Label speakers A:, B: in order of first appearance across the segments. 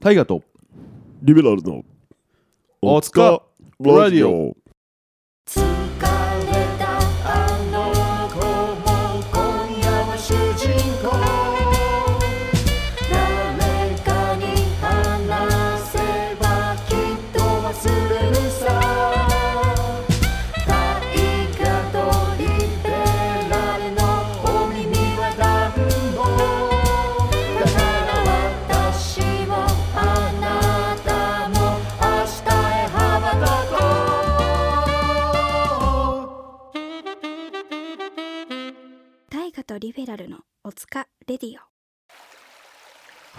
A: 大河と
B: リベラルの
A: おつかラジオ
C: 疲れたあの子も今夜は主人公誰かに話せばきっと忘れるさ大河とリベラルのお耳は暖房だから私もあなたも明日へ羽ばたこう
D: 大河とリベラルのおつかレディオ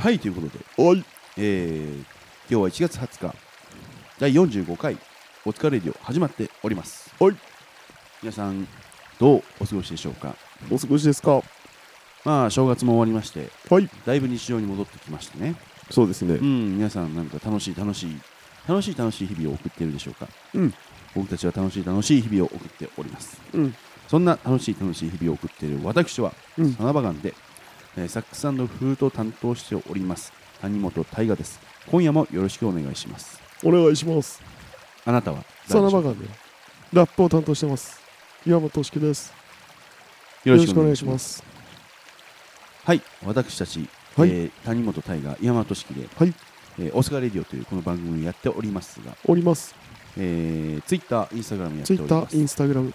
A: はいということで、
B: はい
A: えー、今日は1月20日第45回おつかレディオ始まっております
B: はい
A: 皆さんどうお過ごしでしょうか
B: お過ごしですか
A: まあ正月も終わりまして
B: はい
A: だいぶ日常に戻ってきましてね
B: そうですね
A: うん皆さんなんか楽しい楽しい楽しい楽しい日々を送っているでしょうか
B: うん
A: 僕たちは楽しい楽しい日々を送っております
B: うん
A: そんな楽しい楽しい日々を送っている私は、
B: うん
A: サナバガンで、えーサックスフルートを担当しております谷本大我です今夜もよろしくお願いします
B: お願いします
A: あなたは
B: サナ
A: 誰でしょ
B: バ
A: う
B: ガンでラップを担当してます岩本俊樹です
A: よ
B: よ
A: ろ
B: ろ
A: し
B: し
A: く
B: く
A: お
B: お
A: 願
B: 願
A: い
B: い
A: し
B: し
A: ま
B: ますす
A: はい私たち、
B: はい
A: えー谷本大我山本式で、
B: はい
A: えー、オスカーレディオというこの番組をやっておりますが、
B: おります
A: えー、ツイッターインスタグラムやって
B: ツ
A: お
B: イ
A: り
B: ッタ
A: ま
B: ーイン
A: す
B: スタグラム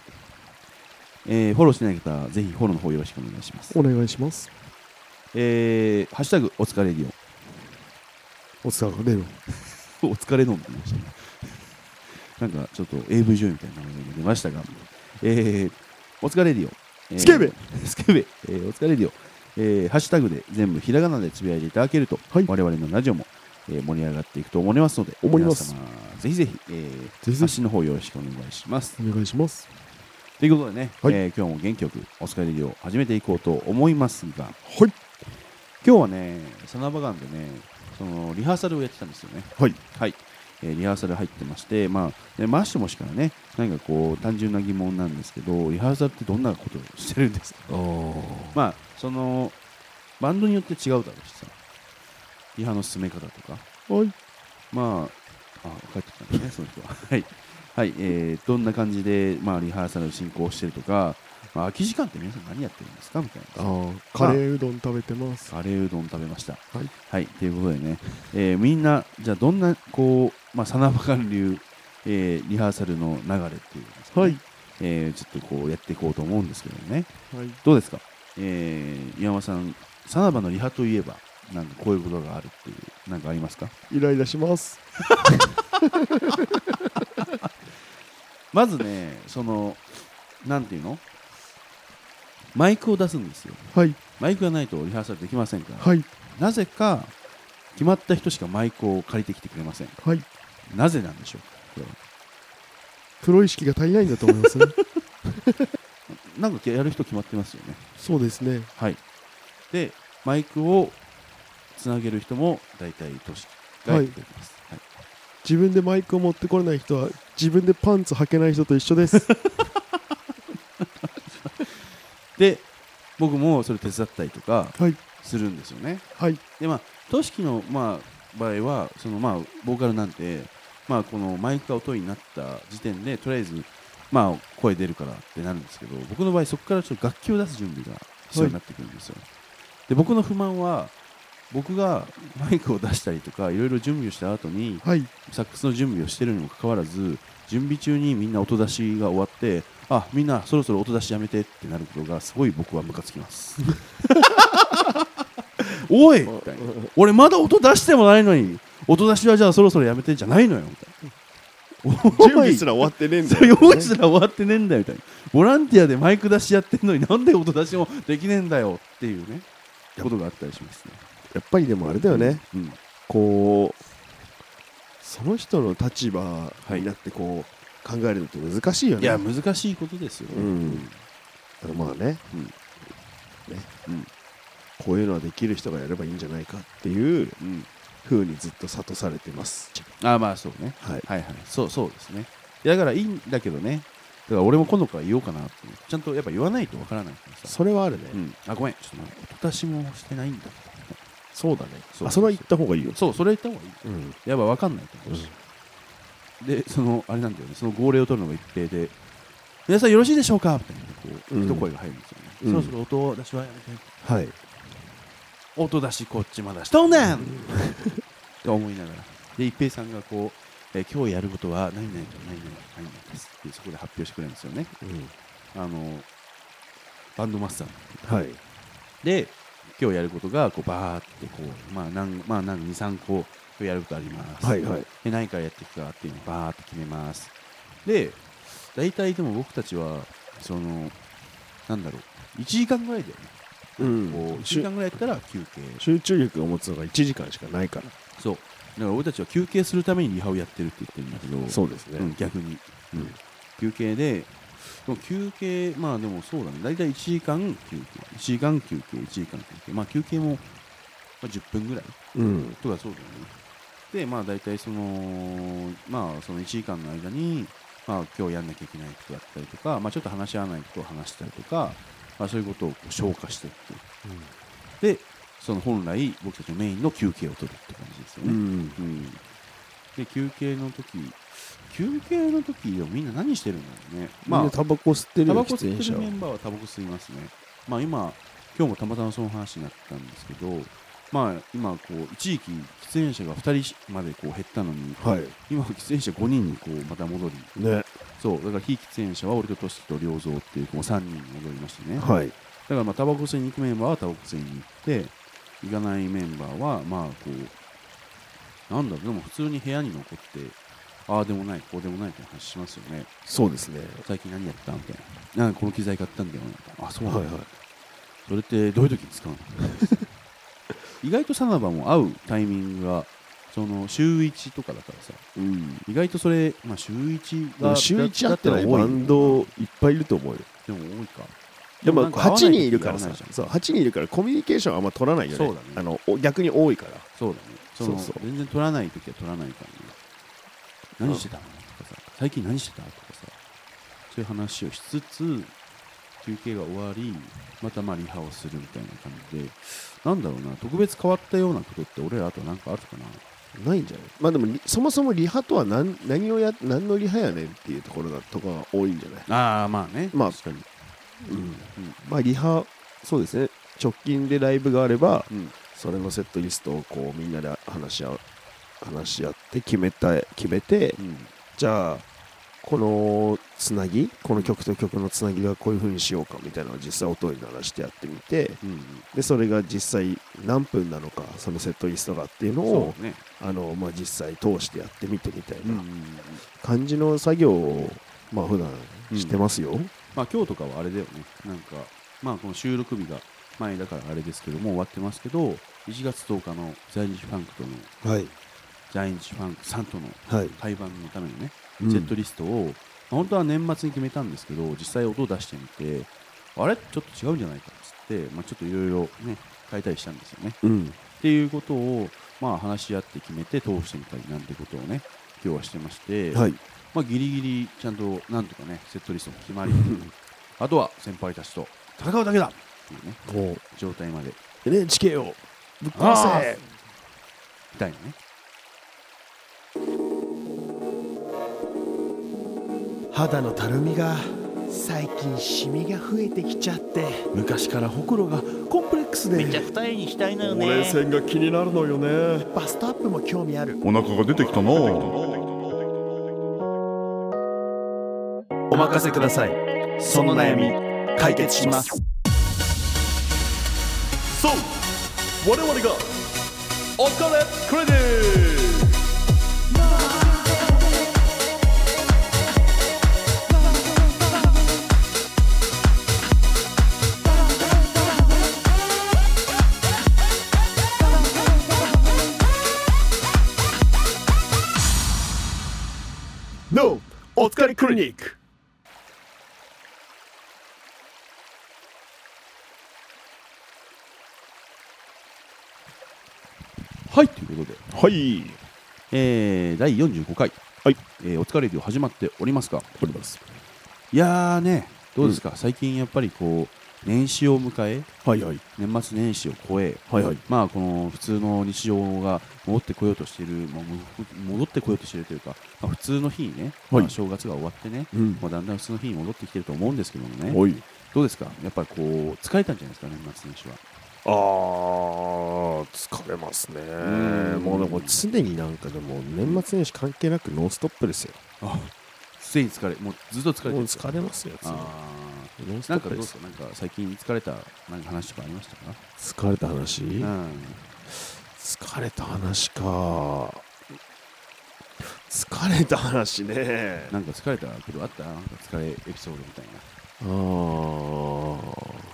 A: えーフォローしてない方はぜひフォローの方よろしくお願いします
B: お願いします
A: えー、ハッシュタグお疲れレディ
B: おつかれの
A: オお疲れ飲んでましたねなんかちょっと AV 女優みたいな名前が出ましたが、えー、お疲れレディオ、えー
B: スケベ
A: スケベ、えー、お疲れレディオ、えー、ハッシュタグで全部ひらがなでつぶやいていただけると、
B: はい
A: 我々のラジオも、えー盛り上がっていくと思いますので
B: 思います
A: 皆様ぜひぜひ、えー、
B: ぜひぜひ
A: 発信の方よろしくお願いします
B: お願いします
A: ということでね、
B: はい
A: えー今日も元気よくお疲れレディオを始めていこうと思いますが
B: はい
A: 今日はね、サナバガンでね、そのリハーサルをやってたんですよね。
B: はい。
A: はい。えーリハーサル入ってまして、まあ、ね、回してもしからね、何かこう、単純な疑問なんですけど、リハーサルってどんなことをしてるんですか
B: あ
A: まあ、その、バンドによって違うだろうしさ、リハの進め方とか、
B: はい
A: まあ、あ、帰ってきたんですね、その人は。 はい。はい、えーどんな感じで、まあ、リハーサルを進行してるとか、まあ、空き時間って皆さん何やってるんですかみたいな。
B: あーカレーうどん食べてます
A: カレーうどん食べました。
B: はい
A: はい、ということでね、えーみんな、じゃあどんな、こう、まあ、サナバガン流、えーリハーサルの流れっていうんですかね
B: はい
A: えーちょっとこうやっていこうと思うんですけどね、
B: はい
A: どうですか、えー、岩間さん、サナバのリハといえば、なんかこういうことがあるっていう、なんかありますか
B: イライラします
A: まずね、その、なんていうのマイクを出すんですよ。
B: はい
A: マイクがないとリハーサルできませんから、
B: はい
A: なぜか、決まった人しかマイクを借りてきてくれません。
B: はい
A: なぜなんでしょうかこれは
B: プロ意識が足りないんだと思い ますね
A: なんかやる人決まってますよね。
B: そうですね
A: はい。で、マイクをつなげる人も大体年が出てきます。はい。
B: 自分でマイクを持ってこれない人は自分でパンツ履けない人と一緒です
A: で、僕もそれ手伝ったりとか
B: はい
A: するんですよね。
B: はい
A: で、まあ、トシキの、まあ、場合は、その、まあ、ボーカルなんて、まあ、このマイクが音になった時点で、とりあえず、まあ、声出るからってなるんですけど、僕の場合、そこからちょっと楽器を出す準備が必要になってくるんですよ。で、僕の不満は、僕がマイクを出したりとか、いろいろ準備をした後に、
B: はい
A: サックスの準備をしてるにもかかわらず準備中にみんな音出しが終わってあみんなそろそろ音出しやめてってなることがすごい僕はムカつきます おいみたいな俺まだ音出してもないのに音出しはじゃあそろそろやめてじゃないのよみたいなおい
B: ら終わってねえん
A: そう用意すら終わってねえんだよみたいなボランティアでマイク出しやってんのになんで音出しもできねえんだよっていうねことがあったりしますね
B: やっぱりでもあれだよね
A: うん
B: こうその人の立場になってこう考えるのって難しいよ
A: い
B: ね
A: や難しいことですよ、
B: うんだからまあね,、
A: うん
B: ね
A: うん
B: こういうのはできる人がやればいいんじゃないかっていう
A: うん、
B: 風にずっと諭されてます
A: あまあそうね
B: はい
A: はいはい、そうそうですね。いやだからいいんだけどね、だから俺も今度から言おうかなって、ちゃんとやっぱ言わないとわからないからさ、
B: それはあるね、
A: うん、あごめん、ちょっと待って、音出しもしてないんだ
B: そうだね
A: そう
B: あそれは行った方がいいよ
A: そうそれ言った方がいい
B: うん
A: やばい分かんないと思うし、でそのあれなんだよねその号令を取るのが一平で皆さんよろしいでしょうかみたいなこう、
B: うん
A: 一声が入るんですよね、
B: うん
A: そろそろ音出しはやめて
B: はい
A: 音出しこっちまだしとんねんと思いながらで一平さんがこう、えー今日やることは何々と何々何々ですってそこで発表してくれるんですよね
B: うん
A: あのバンドマスターの
B: はい
A: で今日やることがこうバーってこうまあ何まあ何23個今日やることあります、
B: はいはい
A: で何からやっていくかっていうのをバーって決めますで大体でも僕たちはそのなんだろう1時間ぐらいだよね、
B: う
A: こうん1
B: し
A: 時間
B: ゅ
A: ぐらいやったら休憩
B: 集中力を持つのが1時間しかないから
A: そうだから俺たちは休憩するためにリハをやってるって言ってるんだけど
B: そうですね
A: うん、逆に、
B: うん
A: 休憩ででも休憩まあでもそうだね大体1時間休憩1時間休憩1時間休憩まあ休憩も、まあ、10分ぐらい
B: うん
A: とかそうだよねでまあ大体そのまあその1時間の間にまあ今日やんなきゃいけないことだったりとかまあちょっと話し合わないことを話したりとか、まあ、そういうことをこう消化していってでその本来僕たちのメインの休憩を取るって感じですよ
B: う
A: ね、
B: ん
A: うん、で休憩の時休憩の時でもみんな何してるんだろうね
B: ま
A: ま
B: あ
A: あ
B: タバコ吸ってる
A: タ
B: よ
A: バコ
B: 喫
A: 吸
B: 煙
A: って
B: 者
A: るメ
B: は
A: ンバーはタバコ吸いますねまあ今今日もたまたまその話になったんですけどまあ今こう一時期喫煙者が2人までこう減ったのに
B: はい
A: 今は喫煙者5人にこうまた戻り
B: ね
A: そうだから非喫煙者は俺とトシと良三っていうこう3人に戻りましてね
B: はい
A: だからまあタバコ吸いに行くメンバーはタバコ吸いに行って行かないメンバーはまあこうなんだろうでも普通に部屋に残ってああでもないこうでもないって話しますよね
B: そうですね
A: 最近何やったみたいななんかこの機材買ったんだよみたいなあそうなん
B: は
A: だ、
B: いはい
A: それってどういう時に使うの意外とサナバも会うタイミングがその週1とかだからさ
B: うん
A: 意外とそれ、まあ、週1
B: で
A: が
B: も週1あったら
A: だ多
B: バ
A: い
B: ンドいっぱいいると思うよ
A: でも多いか
B: でも
A: なんか合わない
B: 8人いるからさ
A: 合わないじゃん
B: そう8人いるからコミュニケーションあんま取らないよね
A: そうだね
B: あのお逆に多いから
A: そうだねその
B: そうそう
A: 全然取らない時は取らないからね何してたのとかさ最近何してたとかさそういう話をしつつ休憩が終わりまたまあリハをするみたいな感じでなんだろうな特別変わったようなことって俺らあとなんかあるかな
B: ないんじゃないまあでもリそもそもリハとは何何をや何のリハやねんっていうところだとかが多いんじゃない
A: ああまあね
B: まあ
A: 確かに
B: うんまあリハそうですね直近でライブがあれば
A: うん
B: それのセットリストをこうみんなで話し合う話し合って決めた決めて
A: うん
B: じゃあこのつなぎこの曲と曲のつなぎはこういう風にしようかみたいなのを実際音に鳴らしてやってみて
A: うん
B: でそれが実際何分なのかそのセットリストがっていうのを
A: そうね
B: あの、まあ、実際通してやってみてみたい
A: うんうん
B: な
A: うん
B: 感じの作業をまあ普段してますよ、
A: まあ今日とかはあれだよねなんかまあこの収録日が前だからあれですけどもう終わってますけど1月10日の在日ファンクとの
B: はい
A: 在日ファンクさんとの
B: はい
A: 対バンのためのね、
B: うん
A: セットリストを、まあ本当は年末に決めたんですけど実際音を出してみてあれちょっと違うんじゃないかっつって、まあ、ちょっといろいろね変えたりしたんですよね
B: うん
A: っていうことを、まあ、話し合って決めて通してみたりなんてことをね今日はしてまして、
B: はい
A: まあ、ギリギリちゃんとなんとかねセットリストも決まり あとは先輩たちと戦うだけだっていうね
B: もう
A: 状態まで
B: NHK をぶっ
A: あ
B: 壊
A: ー
B: せ
A: みたいなね
E: 肌のたるみが最近シミが増えてきちゃって
B: 昔からほくろがコンプレックスで
F: 二重にしたいなよ
G: ほうれい線が気になるのよね
E: バストアップも興味ある
G: お腹が出てきたな
E: お任せくださいその悩み解決します
G: そう我々がお金クレディ
B: ノー
G: お疲れクリニック
A: はいということで、
B: はい
A: えー、第45回、
B: はい
A: えーお疲れディオ始まっておりますが
B: おります
A: いやーね、どうですか、最近やっぱりこう、年始を迎え
B: はいはい
A: 年末年始を超え、
B: はいはい
A: まあこの普通の日常が戻ってこようとしている、まあも戻ってこようとしているというか、まあ、普通の日にね、
B: はい
A: まあ正月が終わってね、
B: うん
A: まあ、だんだん普通の日に戻ってきてると思うんですけどもね、
B: おい
A: どうですか、やっぱりこう疲れたんじゃないですか、年末年始は。
B: あー疲れますね
A: うん
B: もうでも常になんかでも年末年始関係なくノンストップですよ
A: あすでに疲れ、もうずっと疲れて
B: もう
A: る。
B: 疲れますよ常に
A: あ
B: ノンス
A: ーな
B: トッ
A: んか
B: プ
A: どう
B: で
A: です
B: す
A: か、なんか最近疲れた何か話とかありましたか、
B: 疲れた話
A: うん、
B: 疲れた話か疲れた話ね
A: なんか疲れたことあったなんか疲れエピソードみたいな。
B: あー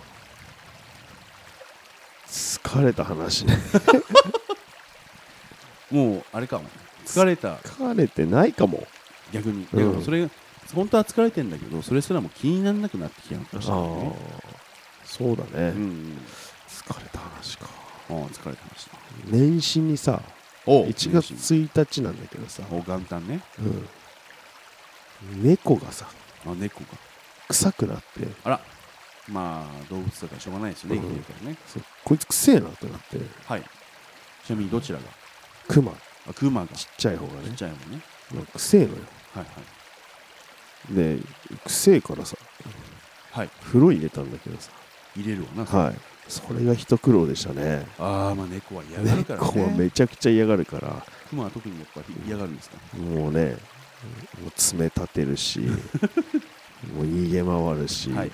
B: 疲れた話ね
A: もうあれかも、疲れた
B: 疲れてないかも
A: 逆に、
B: うん
A: でもそれ本当は疲れてんだけどそれすらも気にならなくなってきてる
B: あ
A: か
B: あ
A: もしれないね
B: そうだね、
A: うんうん
B: 疲れた話か
A: ああ疲れてました
B: 年始にさ
A: お
B: 1月1日なんだけどさ、
A: お元旦ね
B: うん、猫がさ
A: あ猫か
B: 臭くなって
A: あらまあ動物だからしょうがないですよね
B: うん
A: 生きてるからね
B: そうこいつ臭えなってなって
A: はいちなみにどちらが
B: クマ
A: あクマが
B: ち
A: ち
B: っちゃい方が
A: っ
B: ね
A: ちゃいもんね
B: まあ臭えのよ
A: はい
B: で臭えからさ
A: はいは
B: 風呂入れたんだけどさ
A: い入れるわな
B: はいそれが一苦労でしたね
A: ああまあ猫は嫌がるからね
B: 猫はめちゃくちゃ嫌がるから
A: クマは特にやっぱり嫌がるんですか
B: もうねもう爪立て るしもう逃げ回るし、
A: はいはい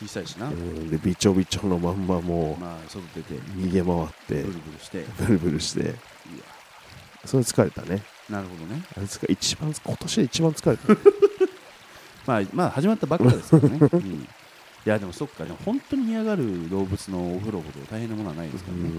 A: 小さいしな
B: うん、でびちょびちょのまんまも
A: まあ外出て
B: う逃げ回って
A: ブルブルしていや
B: ブルブルしてそれ疲れたね
A: なるほどね
B: あれ疲れ一番今年で一番疲れた
A: まあ、まあ始まったばっかです からね、うん、いやでもそっかでも本当に嫌がる動物のお風呂ほど大変なものはないですか
B: う
A: らね、
B: ん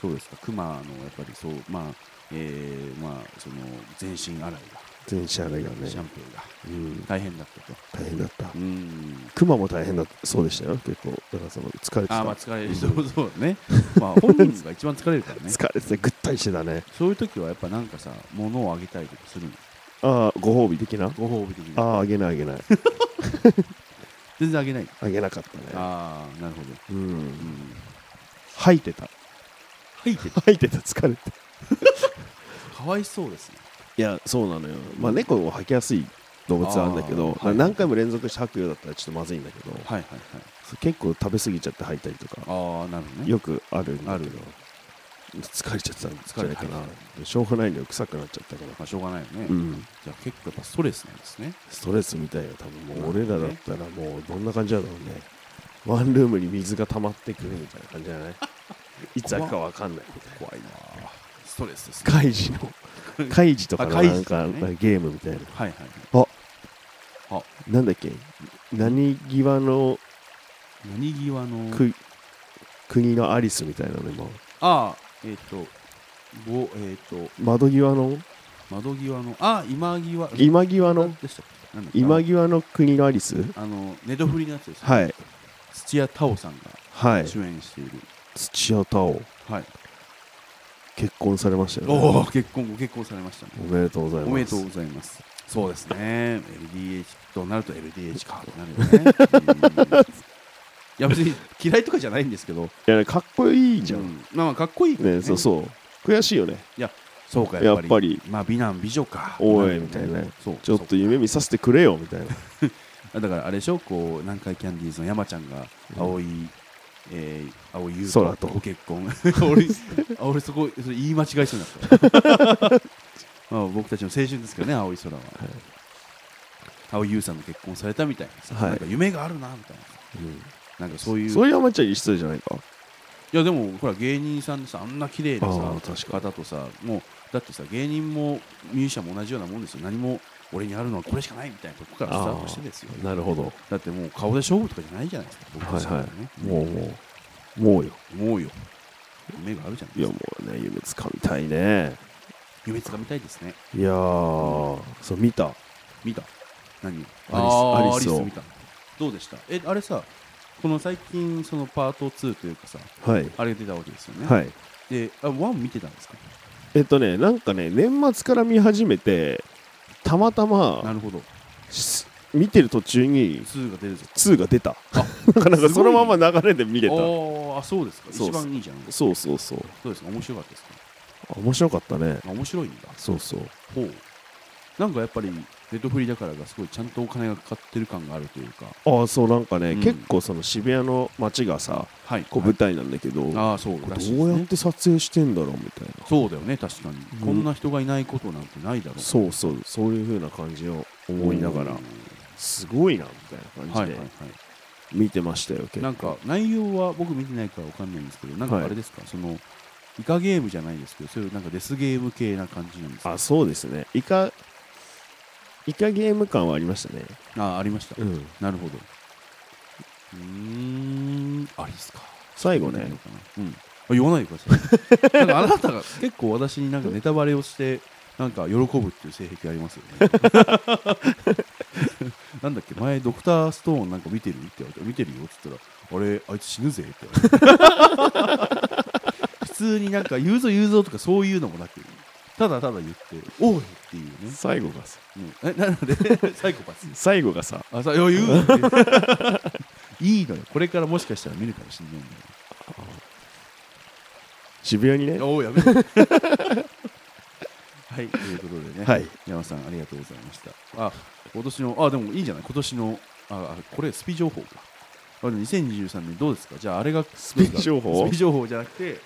A: そうですか熊のやっぱりそうまあえーまあその全身洗い
B: 全身洗いが
A: が、シャン
B: ね、
A: プーが
B: うん、
A: 大変だったと
B: 大変だった
A: うん
B: クマも大変だったそうでしたよ結構だからその疲れてた
A: あーまあ疲れる人
B: うん
A: もそう だねまあ本人が一番疲れるからね
B: 疲れててぐったりしてたね
A: そういう時はやっぱなんかさ物をあげたりとかするの
B: ああご褒美的な
A: ご褒美的に
B: あああげないあげない
A: 全然あげない
B: あげなかったね
A: ああなるほど、
B: う
A: うんん、
B: 吐いてた
A: 吐いてた
B: 吐いてた疲れて
A: かわいそうですね
B: いやそうなのよまあ猫を吐きやすい動物はあるんだけ
A: あー
B: ど
A: はいはい
B: 何回も連続して吐くようだったらちょっとまずいんだけど、
A: はいはいはい
B: 結構食べ過ぎちゃって吐いたりとか
A: ああなるほどね
B: よくあるんだ
A: あ
B: け
A: る
B: ど疲れちゃってたんじゃ
A: 疲
B: な
A: れて
B: いか
A: た
B: なでしょうがないのよ臭くなっちゃったから
A: まあ、しょうがないよね、
B: うん
A: じゃあ結構やっぱストレスなんですね
B: ストレスみたいよ多分もう
A: な
B: 俺
A: るほ
B: ら
A: ど
B: だっ
A: ね
B: たらもうどんな感じだろうねワンルームに水が溜まってくるみたいな感じじ ゃないいつ開くか分かんないみたいな
A: 怖いなストレスですね
B: カイジのカイジとかの
A: あカイジ
B: なんか
A: とかね
B: ゲームみたいな
A: はいはい
B: あ
A: はいあ
B: なんだっけ何際の
A: 何際の
B: く国のアリスみたいなのも
A: ああえっ、とぼえっ、と
B: 窓際の
A: 窓際のあ今際
B: 今際の
A: でしたっけなんだっけ
B: 今際の国のアリス
A: あのネドフリのやつですね、
B: はい
A: 土屋太鳳さん
B: はい
A: が主演している
B: 土屋太鳳
A: はい、
B: 結婚されましたよ
A: おお
B: ね
A: 結婚ご結婚されましたね
B: おめでとうございます
A: おめでとうございますそうですね LDH となると LDH かとなるよねうん いや別に嫌いとかじゃないんですけど
B: いやかっこいいじゃ
A: うんんまあまあかっこいいけど
B: ねそうそう悔しいよね
A: そうか
B: や
A: や
B: っ
A: っ
B: ぱ
A: ぱ
B: り
A: りまあ美男美女か
B: おいみたいな
A: そう
B: ちょっと夢見させてくれよみたいな
A: そうだからあれでしょこう南海キャンディーズの山ちゃんが青い、えー、青い優
B: 空と
A: ご結 婚俺あ俺そこそれ言い間違えそうになった まあ僕たちの青春ですけどね青い空は、青い優さんの結婚されたみたいなさ、
B: はい
A: なんか夢があるなみたいななんかそういう
B: そういうアマチュアに失礼じゃないか
A: いやでもほら芸人さんでさあんな綺麗な
B: あ
A: さ
B: ー確か
A: 方とさもうだってさ芸人もミュージシャンも同じようなもんですよ何も俺にあるのはこれしかないみたいなとこからスタートしてですよ
B: なるほど
A: だってもう顔で勝負とかじゃないじゃないですか僕た
B: はい
A: ちは
B: は
A: ね、
B: いもうもうもうよ
A: もうよ夢があるじゃない
B: い
A: で
B: や
A: す
B: も
A: か
B: うね夢つかみたいね
A: 夢つかみたいですね
B: いやーそう見た
A: 見た何
B: ア
A: あー
B: リスアリスを
A: 見たどうでしたえあれさこの最近そのパート2というかさ
B: はい
A: あれが出たわけですよね、
B: はい
A: であ1見てたんですか
B: えっとねなんかね年末から見始めてたまた
A: な
B: ま
A: るほど
B: し見てる途中に
A: 2が出るぞ
B: 2が出た なんかなんかそのまま流れで見れた
A: ああそうですか
B: そう
A: 一番いいじゃんど
B: そうそうそう
A: うですか面白かったですか
B: 面白かったね
A: あ面白いんだ
B: そうそう
A: ほうなんかやっぱりネットフリだからがすごいちゃんとお金がかかってる感があるというか
B: ああそうなんかね、
A: うん
B: 結構その渋谷の街がさ
A: はい
B: こう舞台なんだけど、
A: ああそう
B: これ
A: らしい
B: どうやっ
A: ね
B: て撮影してんだろうみたいな
A: そうだよね確かに、
B: うん
A: こんな人がいないことなんてないだろう
B: そうそうそういう風な感じを思いながらすごいなみたいな
A: はい
B: 感
A: は
B: じ
A: いは
B: で
A: い
B: 見てましたよ結構
A: なんか内容は僕見てないからわかんないんですけどなんかあれですか、そのイカゲームじゃないですけどそういうなんかデスゲーム系な感じなんですか
B: あそうですねイカイカゲーム感はありましたね
A: あありました、
B: うん
A: なるほどうーんありっすか
B: 最
A: い
B: 後
A: い
B: ね
A: のかなうんあ言わないでくださいなんかあなたが結構私になんかネタバレをしてなんか喜ぶっていう性癖ありますよねなんだっけ前ドクターストーンなんか見てるって言われて見てるよって言ったらあれあいつ死ぬぜって言われて普通になんか言うぞ言うぞとかそういうのもなくただただ言っておいっていうね、
B: 最後がさ
A: うん、えなのでサイコパス
B: 最後がさ
A: あさ余裕っていいのよこれからもしかしたら見るかもしれないんだよ
B: 渋谷にね
A: おおやめろ はいということでね、
B: はい
A: 山さんありがとうございましたあ今年のあでもいいんじゃない今年のああこれスピ情報かあでも2023年どうですかじゃああれがス
B: ピ情報
A: スピ情報じゃなくて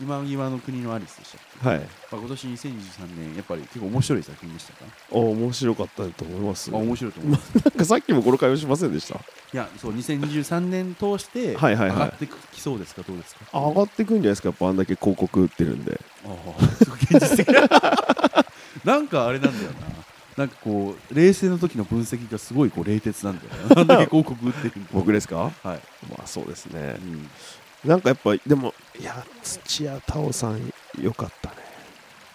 A: 今際の国のアリスでしたっけ、
B: はい
A: まあ、今年2023年やっぱり結構面白い作品でしたか
B: あ面白かったと思います
A: あ
B: なん
A: 面白いと思います
B: か さっきもこの会話しませんでした
A: いやそう2023年通して
B: はい
A: 上
B: はいはい
A: がってきそうですかどうですか
B: あ上がってくんじゃないですかやっぱあんだけ広告売ってるんで
A: ああすごい現実的ななんかあれなんだよななんかこう冷静の時の分析がすごいこう冷徹なんだよなあんだけ広告打ってるんで
B: 僕ですか
A: はい、
B: まあそうですね
A: うん、
B: なんかやっぱでもいや土屋太鳳さんよかったね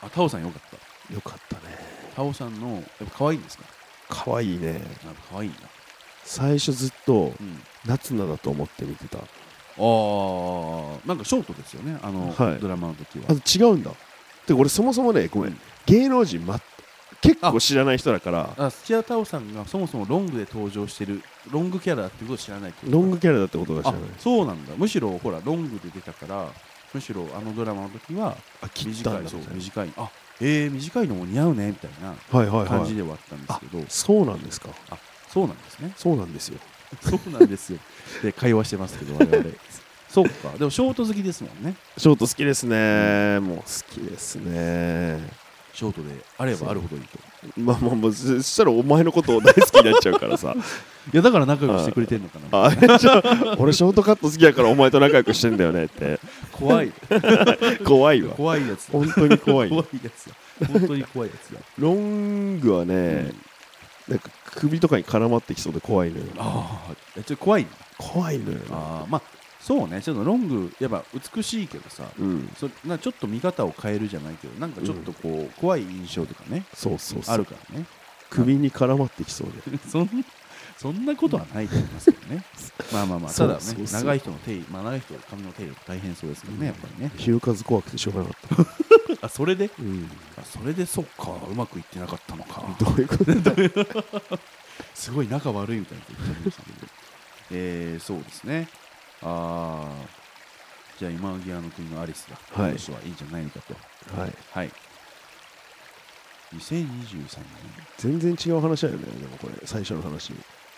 A: あタオさんよかった
B: よかったね
A: タオさんのやっぱ可愛いんですか
B: 可愛いね
A: やっぱ可愛いな、
B: 最初ずっと
A: うん、
B: 夏菜だと思って見てた
A: ああなんかショートですよねあの、
B: はい
A: ドラマの時は
B: あ違うんだで俺そもそもねごめん芸能人、ま、結構知らない人だから
A: あ土屋太鳳さんがそもそもロングで登場してるロングキャラだってことを知らないってこと
B: ロングキャラだってことが知ら
A: あ
B: ない
A: そうなんだむしろほらロングで出たからむしろあのドラマの時は
B: あ切っ
A: 短
B: たん
A: い
B: だ
A: そう
B: みたい
A: 短いあえー、短いのも似合うねみたいな
B: なはいはい
A: 感
B: は
A: じ
B: い
A: ではあったんですけど、
B: そうなんですか
A: そうなんです ね
B: そうなんですよ
A: そうなんですよで会話してますけど我々 そうかでもショート好きですもんね
B: ショート好きですねもう好きですね
A: ショートであればあるほどいいと
B: まあまあまあそそしたらお前のことを大好きになっちゃうからさ
A: いやだから仲良くしてくれてんのかな
B: あじゃあ俺ショートカット好きやからお前と仲良くしてんだよねって
A: 怖い
B: 怖いわ
A: 怖いやつだ
B: 本当に怖い
A: 怖いやつだ本当に怖いやつだ、
B: ロングはね、なんか首とかに絡まってきそうで怖いのよ
A: ああちょっと怖いんだ
B: 怖いのよな
A: あーまあそうねちょっとロングやっぱ美しいけどさ
B: うん
A: そなちょっと見方を変えるじゃないけどなんかちょっとこう、怖い印象とかね
B: そうそうそう
A: あるからね
B: 首に絡まってきそうで
A: そんそんなことはないと思いますけ どねまあまあまあ
B: そ
A: た
B: う
A: だね
B: そうそう
A: 長い人の手入まあ、長い人の髪の手入れ大変そうですけどねやっぱりね
B: ひよかず怖くてしょうがなかった、
A: あそれで
B: うん、
A: あそれでそっかうまくいってなかったのか
B: どういうことだ
A: すごい仲悪いみたいなこと言ってましたけど えー、そうですねあーじゃあ今際の国のアリスが
B: はい
A: 今年はいいんじゃないのかと
B: はい
A: はい2023年
B: 全然違う話だよねでもこれ最初の話
A: い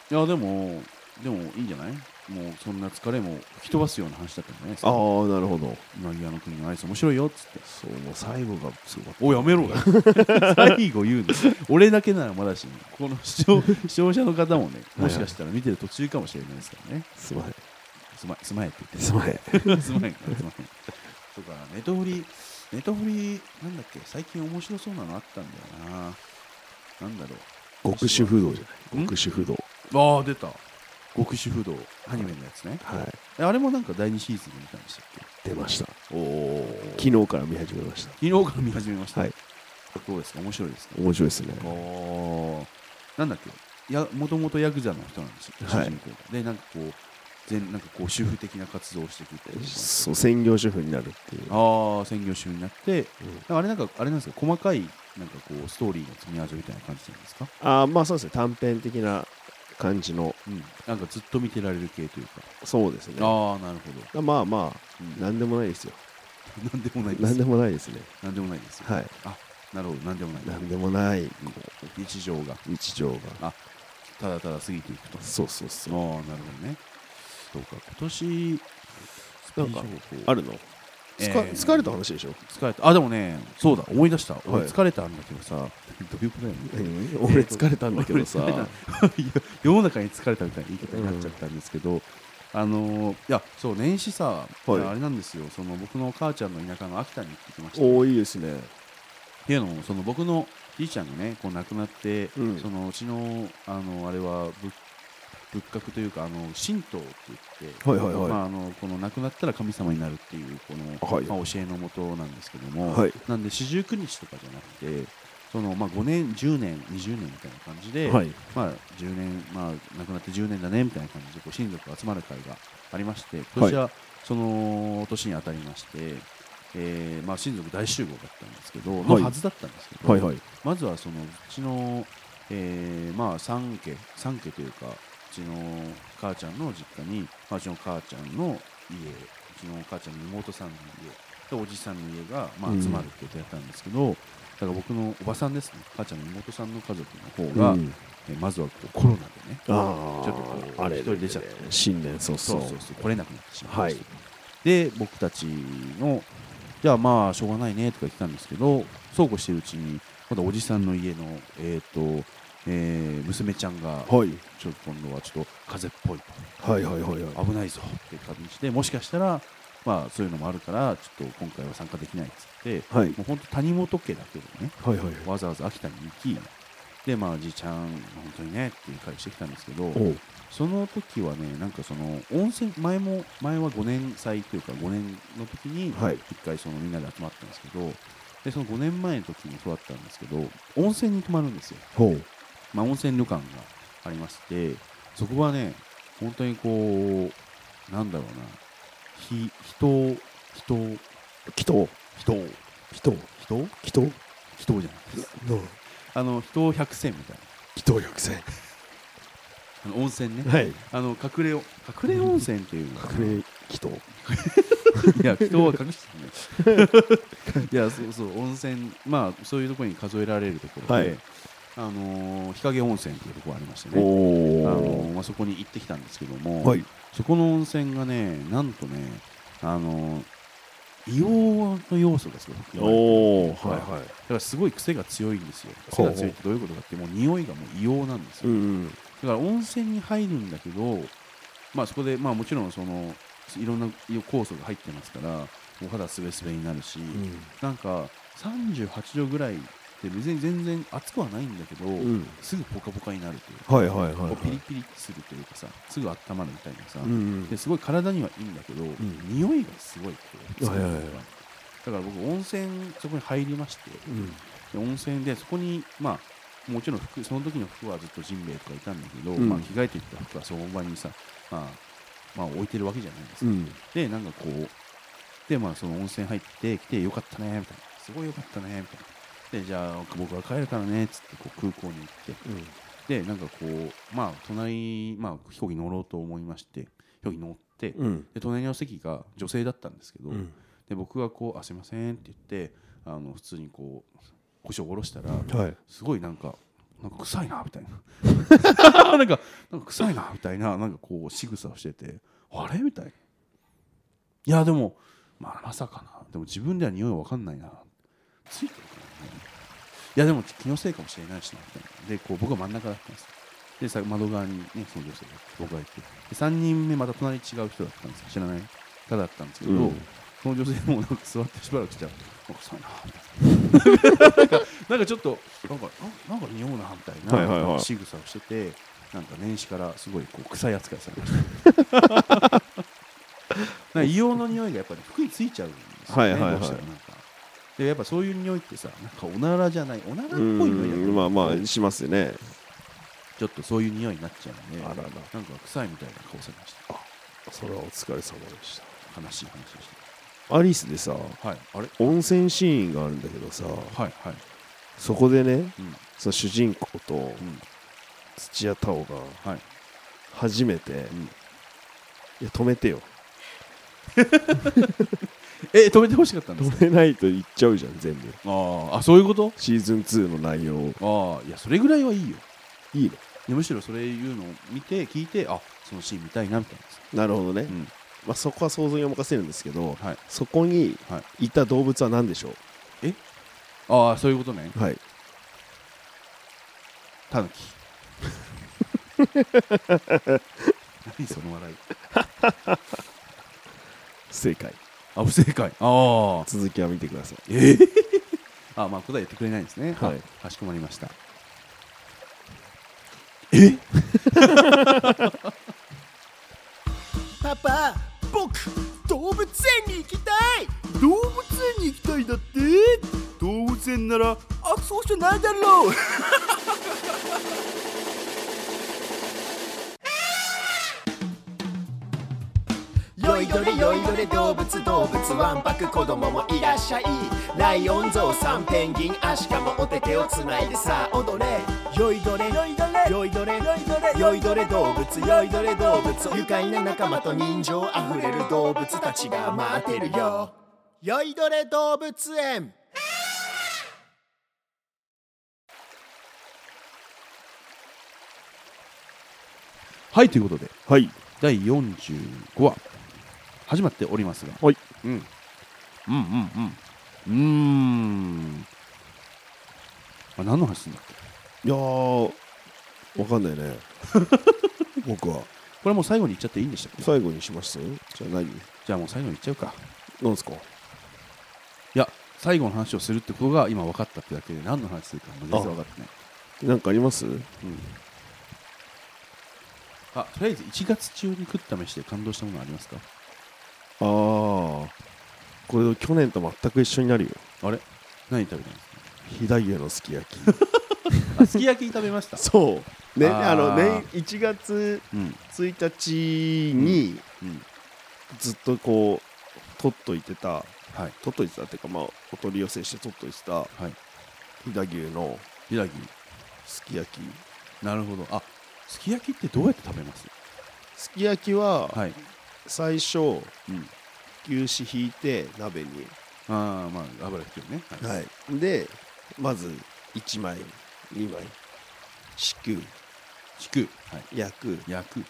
A: やでもでもいいんじゃないもうそんな疲れも吹き飛ばすような話だったんじゃないですか
B: なるほど
A: 今際の国のアイス面白いよっつって
B: そうもう最後がすごかった
A: おやめろよ最後言うの俺だけならまだしもこの視聴視聴者の方もねもしかしたら見てる途中かもしれないですからね
B: すまへん
A: すまえすまえって
B: すまへ ん
A: 言ってすまえすまえそうかネトフリネトフリなんだっけ最近面白そうなのあったんだよななんだろ
B: 極主不動じゃない
A: ん
B: 極主不動
A: うああ出た極主不動アニメのやつね
B: はい
A: えあれもなんか第2シーズンで見たんでしたっ
B: 出ました
A: けおお昨
B: 昨日から見始めました
A: 日から見始めました、
B: はい
A: どうですか面白いですか
B: 面白いですね
A: おーなんだっけやもともとヤクザの人なんですよ、
B: はい
A: 主人公がでなんかこう全なんかこう主婦的な活動をしていくっていうか
B: そう専業主婦になるっていう
A: ああ専業主婦になって、
B: う
A: な
B: ん
A: んかあれなんかあれなんですか細かいなんかこうストーリーの積み味みたいな感じなんですか、
B: あーまあそうですね短編的な感じの
A: うん、なんかずっと見てられる系というか、
B: そうですね
A: ああなるほど、
B: まあまあ
A: うん、
B: 何でもないですよ
A: なんでもないです
B: 何でもないですね
A: なんでもないですよ
B: はい
A: あなるほどなんでもない
B: 何でもない
A: うん日常が
B: 日常が
A: ただただ過ぎていくと
B: そうそう
A: ああ
B: そう
A: なるほどねそうか今年
B: なんか
A: スピーチ情報
B: あるの、
A: えー
B: 疲疲れた話でしょ
A: 疲れたあでもねそうだ思い出した俺
B: はい
A: 疲れたんだけどさ、どういうことやねん
B: 俺疲れたんだけど
A: 俺疲れ
B: さ
A: たいや 世の中に疲れたみたいな言い方になっちゃったんですけど、あのーいやそう年始さ、
B: はい
A: いやあれなんですよその僕の母ちゃんの田舎の秋田に行ってきましたっ
B: おーいいですね
A: ていうのもその僕のじいちゃんがねこう亡くなって、
B: うん
A: そのうちのあのあれは仏仏閣というかあの神道って言って、
B: はいはいはい
A: まあ、あのこの亡くなったら神様になるっていうこの、
B: はい
A: まあ、教えのもとなんですけども、
B: はい
A: なんで四十九日とかじゃなくてその、まあ、5年10年20年みたいな感じで、
B: はい
A: まあ、10年、まあ、亡くなって10年だねみたいな感じでこう親族が集まる会がありまして今年はその年に当たりまして、えーまあ、親族大集合だったんですけど、
B: はい
A: のはずだったんですけど、
B: はいはい
A: まずはそのうちの、えーまあ、3家三家というかうちの母ちゃんの実家に、まあ、うちの母ちゃんの家うちの母ちゃんの妹さんの家でおじさんの家が、まあ、集まるってことやったんですけど、だから僕のおばさんですね母ちゃんの妹さんの家族の方が、
B: うん
A: えーまずはこうコロナでね
B: あ
A: ちょっとこう
B: ああれ
A: 一人出ちゃっ
B: ね
A: て
B: 新年早
A: そう
B: 々
A: そうそう来れなくなってしまいま
B: は
A: し
B: い
A: た、で僕たちのじゃあまあしょうがないねとか言ってたんですけどそうこうしてるうちにまだおじさんの家のえっ、と、えー娘ちゃんが
B: はい
A: ちょっと今度はちょっと風邪っぽい
B: はいはいはいはい
A: 危ないぞって感じでもしかしたらまあそういうのもあるからちょっと今回は参加できないっつって
B: はい
A: もう本当谷本家だけでね
B: はいはい
A: わざわざ秋田に行きでまあじいちゃん本当にねっていう会してきたんですけど
B: おう
A: その時はね、なんかその温泉、前も、前は5年祭というか、5年の時に、
B: はい
A: 一回そのみんなで集まったんですけど、で、その5年前の時もそうだったんですけど、温泉に泊まるんですよ。
B: ほう
A: まあ、温泉旅館がありまして、そこはね、本当にこう、なんだろうな、ひ、人を、人を、
B: 祈祷
A: 人を、
B: 祈祷
A: 人を
B: 祈祷
A: 人をじゃないです。
B: の
A: あの、人を100選みたいな。
B: 祈祷百選
A: あの温泉ね。
B: はい
A: あの、隠れお、隠れ温泉っていうのかな
B: 隠れ祈祷
A: いや、人は隠して るね。いや、そうそう、温泉、まあ、そういうところに数えられるところで、
B: はい
A: あのー日陰温泉というところがありましてね、あの
B: おお
A: ーまあ、そこに行ってきたんですけども、
B: はい
A: そこの温泉がね、なんとね、あのー硫黄の要素がすごい含まれてる
B: お
A: はい
B: お
A: だ
B: は
A: からすごい癖が強いんですよ。癖
B: ほう
A: が強いってどういうことかって、もう匂いがもう硫黄なんです
B: い
A: よ。
B: うん
A: だから温泉に入るんだけど、まあ、そこで、まあ、もちろんそのいろんな酵素が入ってますからお肌すべすべになるし、なんか38度ぐらいで別に全然熱くはないんだけど、
B: うん
A: すぐポカポカになるというか、
B: はいはいはい
A: こうピリピリするというかさすぐ温まるみたいなさ、
B: うん
A: ですごい体にはいいんだけど、
B: ん
A: 匂いがすごいこう
B: はいはいはい
A: だから僕温泉そこに入りまして、
B: うん
A: で温泉でそこにまあもちろん服その時の服はずっとジンベエとかいたんだけど、
B: うん
A: まあ、着替えていった服はその場にさ、まあ、まあ置いてるわけじゃないです
B: う
A: か、
B: ん
A: でなんかこうでまあその温泉入ってきてよかったねみたいなすごいよかったねみたいなでじゃあ僕は帰るからねっつってこう空港に行って
B: うん
A: でなんかこうまあ隣、まあ、飛行機乗ろうと思いまして飛行機乗って、
B: うん
A: で隣の席が女性だったんですけど、
B: うん
A: で僕がこう「あすいません」って言ってあの普通にこう腰を下ろしたら、
B: はい
A: すごいなんかなんか臭いなみたい ななんかなんか臭いなみたいななんかこう仕草をしててあれみたいないやでも、まあ、まさかなでも自分では匂いわかんないなついてるからねいやでも気のせいかもしれないしなみたいなでこう僕は真ん中だったんですでさ窓側にねその女性がいて僕がいてで3人目また隣違う人だったんですよ知らない方だったんですけど、
B: うん
A: その女性もなんか座ってしばらくしちゃうなんか臭いなみたいななんかちょっとなんかあなんか匂うなみたいな、
B: はいはいはい
A: 仕草をしててなんか年始からすごいこう臭い扱いされましたなん か硫黄の匂いがやっぱり服についちゃうんですよね、
B: はいはいはい
A: どうしてもなんかでやっぱそういう匂いってさなんかおならじゃないおならっぽい匂いだけど
B: まあまあしますよね
A: ちょっとそういう匂いになっちゃうんで
B: あらら
A: なんか臭いみたいな顔されました
B: それはお疲れ様で
A: 悲
B: し
A: しい話をした
B: アリスでさ
A: たはいあれ
B: 温泉シーンがあるんだけどさ
A: はいはい
B: そこでね、
A: うん
B: その主人公と
A: ん
B: 土屋太鳳が
A: はい
B: 初めて、
A: ん
B: いや止めてよ
A: え止めてほしかったんですか
B: 止めないと言っちゃうじゃん全部
A: あーあそういうこと
B: シーズン2の内容
A: ああいやそれぐらいはいいよ
B: いい
A: い
B: の
A: やむしろそれ言うのを見て聞いてあそのシーン見たいなみたい
B: なるほどね、
A: ん
B: まあ、そこは想像にお任せるんですけど、
A: はい
B: そこに
A: はい
B: た動物は何でしょ
A: なああそういうことね
B: うはい
A: タヌキ何その笑い
B: 正解
A: あ不正解ああ
B: 続きは見てください
A: ええあまあ答え言ってくれないんですね
B: はい
A: あかしこまりました え
F: パパ僕動物園に行きたい動物園に行きたいだって動物園ならあそうじゃないだろうよいどれよいどれ動物動物わんぱく子供もいらっしゃいライオンゾウさんペンギンアシカもお手手をつないでさあ踊れよいどれよいどれよいどれよいどれ動物よいどれ動物愉快な仲間と人情あふれる動物たちが待ってるよよいどれ動物園
A: はいということで
B: はい
A: 第45話始まっておりますが、
B: はい
A: うん、うんうんうんうーんあ何の話すんだっけ
B: いやーわかんない ね僕は
A: これもう最後に言っちゃっていいんでしたっけ
B: 最後にしましたよじゃあ何
A: じゃあもう最後に言っちゃうか
B: なんですか
A: いや最後の話をするってことが今分かったってだけで何の話するかも全然分かってない
B: なんかあります
A: あとりあえず1月中に食った飯で感動したものありますか
B: ああこれ去年と全く一緒になるよ
A: あれ何食べたんですか
B: 飛騨牛のすき焼 き
A: あすき焼き食べました
B: そうね
A: あー
B: あのね1月
A: うん
B: 1日に
A: うん
B: ずっとこう取っといてた
A: はい
B: 取っといてたっていうかまあお取り寄せして取っといてた
A: はい
B: 飛騨牛の
A: 飛騨牛
B: すき焼き
A: なるほどあすき焼きってどうやって食べます
B: すき焼きは
A: はい
B: 最初
A: うん
B: 牛脂引いて鍋に
A: ああまあ油引きねはい
B: はいでまず1枚2枚敷く
A: 敷くはい
B: 焼く
A: 焼く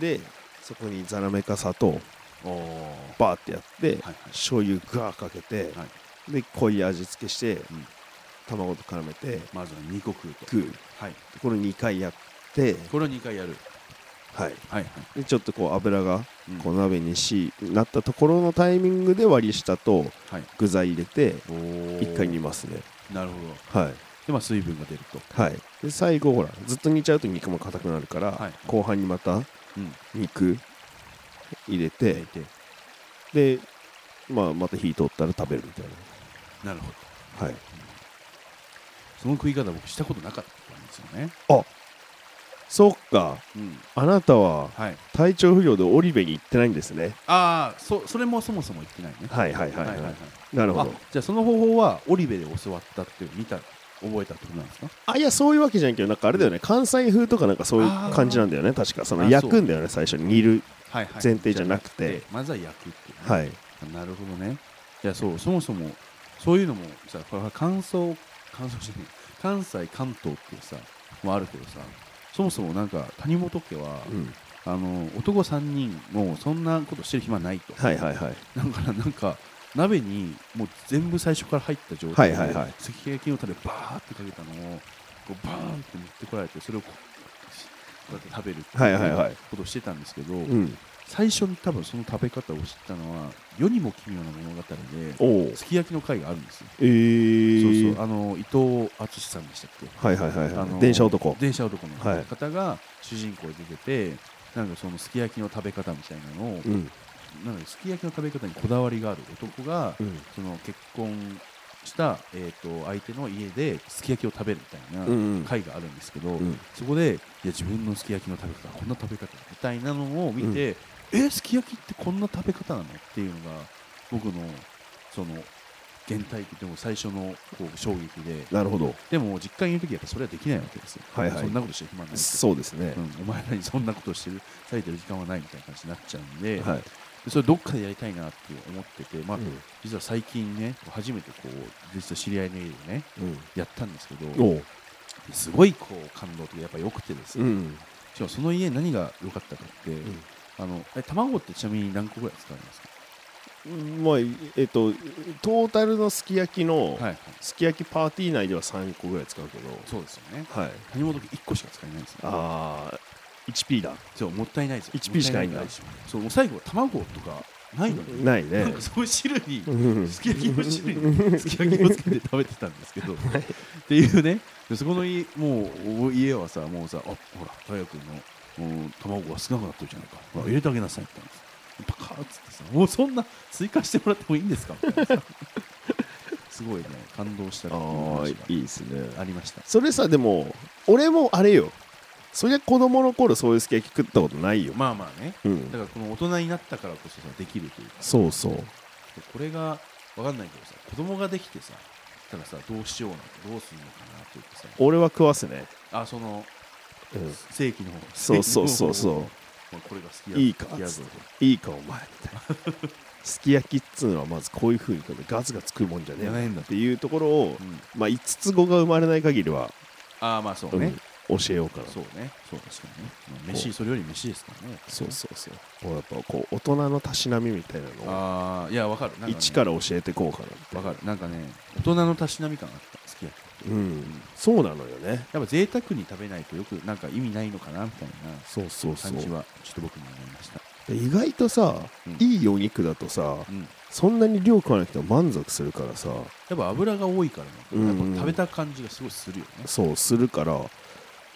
B: でそこにザラメか砂糖
A: おお
B: バーってやって、
A: はい
B: 醤油ガーかけて、
A: は
B: で濃い味付けして、
A: ん
B: 卵と絡めて
A: まずは2個食うと
B: 食う
A: はい
B: これ2回やって、
A: これを2回やる
B: はい、
A: はいはい
B: でちょっとこう油が
A: うん
B: こう鍋にし、なったところのタイミングで割り下と
A: はい
B: 具材入れて
A: おお
B: 1回煮ますね
A: なるほど
B: はい
A: でまあ水分が出ると
B: はいで最後ほらずっと煮ちゃうと肉も硬くなるから、
A: はい
B: 後半にまた
A: うん
B: 肉入れて
A: 焼いて
B: で、まあ、また火通ったら食べるみたい
A: なるほど
B: なはい
A: その食い方僕したことなかったんですよね
B: そっか
A: うん
B: あなたは
A: はい
B: 体調不良でオリベに行ってないんですね
A: ああそそれもそもそも言ってないね
B: はいはいはいはいな
A: な
B: るほど
A: じゃあその方法はオリベで教わったっていう見た覚えたってことなんですか
B: あいやそういうわけじゃんけどなんかあれだよね関西風とかなんかそういう感じなんだよね確かそ
A: あ
B: の
A: そう
B: 焼くんだよね最初に煮る
A: はいはい
B: 前提じゃなく
A: じ
B: て
A: ゃまずは焼くっていうね、
B: はい
A: なるほどね。いや、そう、そもそも、そういうのもさ、これは乾燥、乾燥してね、関西、関東っていうさ、もあるけどさ、そもそもなんか、谷本家は、
B: うん
A: あの、男3人、もうそんなことしてる暇ないと。
B: はいはいはい
A: だから、なんか、鍋にもう全部最初から入った状態で、
B: はいはいはい
A: 石焼きのタレバーってかけたのを、こうバーンって持ってこられて、それをこう、しこうやって食べるって
B: はいはいはい
A: ことをしてたんですけど、
B: うん
A: 最初に多分その食べ方を知ったのは「世にも奇妙な物語で」
B: おお
A: すき焼きの回があるんですよ、
B: えー、
A: そうそうあの伊藤淳さんでしたっけ
B: はいはいはい
A: あ
B: は
A: の
B: い電車男
A: 電車男の
B: はい
A: 方が主人公で出ててなんかそのすき焼きの食べ方みたいなのを、
B: うん
A: なんかすき焼きの食べ方にこだわりがある男が、
B: うん
A: その結婚した、えー、と相手の家ですき焼きを食べるみたいな、
B: うんうん
A: 回があるんですけど、
B: ん
A: そこでいや自分のすき焼きの食べ方こんな食べ方みたいなのを見て、えすき焼きってこんな食べ方なのっていうのが僕のその原体験でも最初のこう衝撃で
B: なるほど
A: でも実家にいる時はやっぱそれはできないわけですよ、
B: はいはい
A: そんなことしてる暇ないから
B: そうですね
A: う、ん、お前らにそんなことしてる割いてる時間はないみたいな感じになっちゃうんで、
B: はい
A: でそれどっかでやりたいなって思ってて、まあ
B: うん
A: 実は最近ね初めてこう実は知り合いの家でねやったんですけ
B: うん、
A: ど
B: おう
A: すごいこう感動的でやっぱ良くてです
B: う
A: ね、
B: ん
A: しかもその家何が良かったかって、
B: ん
A: あのえ卵ってちなみに何個ぐらい使うんですか
B: まあえっとトータルのすき焼き
A: は
B: の、
A: い、はい、
B: すき焼きパーティー内では3個ぐらい使うけど
A: そうですよね
B: はい
A: 谷本家1個しか使えないんですよ
B: ああ 1P だ
A: そうもったいないですよ
B: 1P しかないんだ
A: もったないですよそうもう最後は卵とかないのに、
B: ないね
A: なんかそういう汁に
B: うん
A: すき焼きの汁にすき焼きをつけて食べてたんですけど、っていうねでそこのいもうお家はさもうさあほら太陽君のもう卵が少なくなってるじゃないかほら入れてあげなさいって言ったんですパカーッつってさもうそんな追加してもらってもいいん ですかみたいなさすごいね感動したっていう
B: ああ
A: 話
B: いいですね
A: がありました
B: それさでも俺もあれよそりゃ子供の頃そういうすき焼き食ったことないよ、
A: まあまあね
B: うん
A: だからこの大人になったからこそさできるというか
B: そうそう
A: でこれが分かんないけどさ子供ができてさたらさどうしようなんてどうするのかなというかさ
B: 俺は食わすね、
A: あその
B: うん、
A: 正規の方
B: そうそうそうそ
A: まあこれが好きや
B: ういいか
A: 好きやぞ
B: いいかお前み たいなすき焼きっつうのはまずこういうふうに食べガツガツ食うもんじゃねえ
A: やらへんだ
B: っていうところを、
A: うん
B: まあ、5つ子が生まれない限りは、
A: ああまあそうね、
B: うん教えようかな
A: そうねそう確かにね、まあ、
B: こ
A: 飯
B: う
A: それより飯ですからね
B: そうそうそうこうやっぱこう大人のたしなみみたいなのを
A: ああいや分かるなんか、ね、
B: 一から教えてこうかな
A: 分かるなんかね大人のたしなみ感あった好きや
B: るうんそうなのよね
A: やっぱ贅沢に食べないとよくなんか意味ないのかなみたいな
B: そうそうそう
A: 感じはちょっと僕も思いました
B: で意外とさ、
A: うん
B: いいお肉だとさ
A: うんや
B: そんなに量食わなくても満足するからさ
A: っぱ油が多いからね、
B: うんうん
A: やっぱ食べた感じがすごいするよね
B: そうするから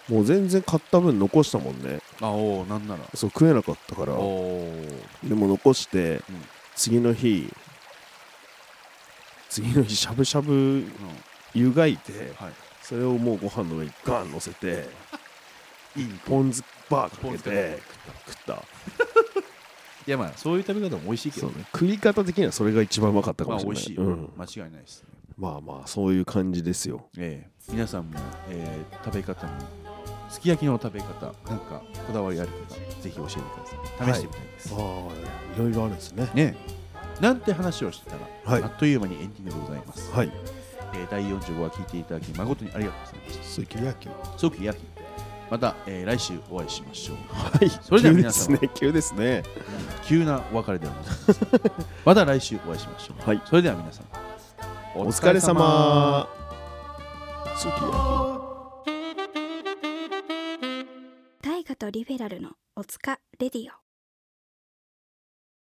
B: もう全然買った分残したもんね
A: あおーなんなら
B: そう食えなかったから
A: おお
B: でも残して、
A: うん
B: 次の日次の日しゃぶしゃぶ湯がいて
A: は
B: それをもうご飯の上にガン乗せて
A: いいい肉
B: ポン酢バーか
A: ポ
B: け
A: ン酢かけ
B: て
A: て
B: 食った
A: いやまあそういう食べ方も美味しいけ
B: そ
A: ど
B: う
A: ね
B: ね食い方的にはそれが一番うまかったか
A: ま
B: も
A: あ
B: し
A: 美
B: れ
A: 味
B: ない、
A: しい、
B: うん、
A: 間違いないですね
B: まあまあそういう感じですよ
A: ええ皆さんも、えー食べ方もすき焼きの食べ方なんかこだわりある方ぜひ教えてください試してみたいです、
B: ああいろいろあるんですね
A: ねえなんて話をしてたら、
B: はい
A: あっという間にエンディングでございます、
B: はい
A: えー第45話聞いていただき誠にありがとうございまし
B: 水球野球
A: た早期夜勤また、えー来週お会いしましょう
B: はい
A: それでは
B: 急で
A: 皆
B: す
A: 様
B: ね急ですね
A: 急なお別れではございます また来週お会いしましょう、
B: はい
A: それでは皆さん
B: お疲れ様水球野球
D: 大河とリベラルのおつかレディオ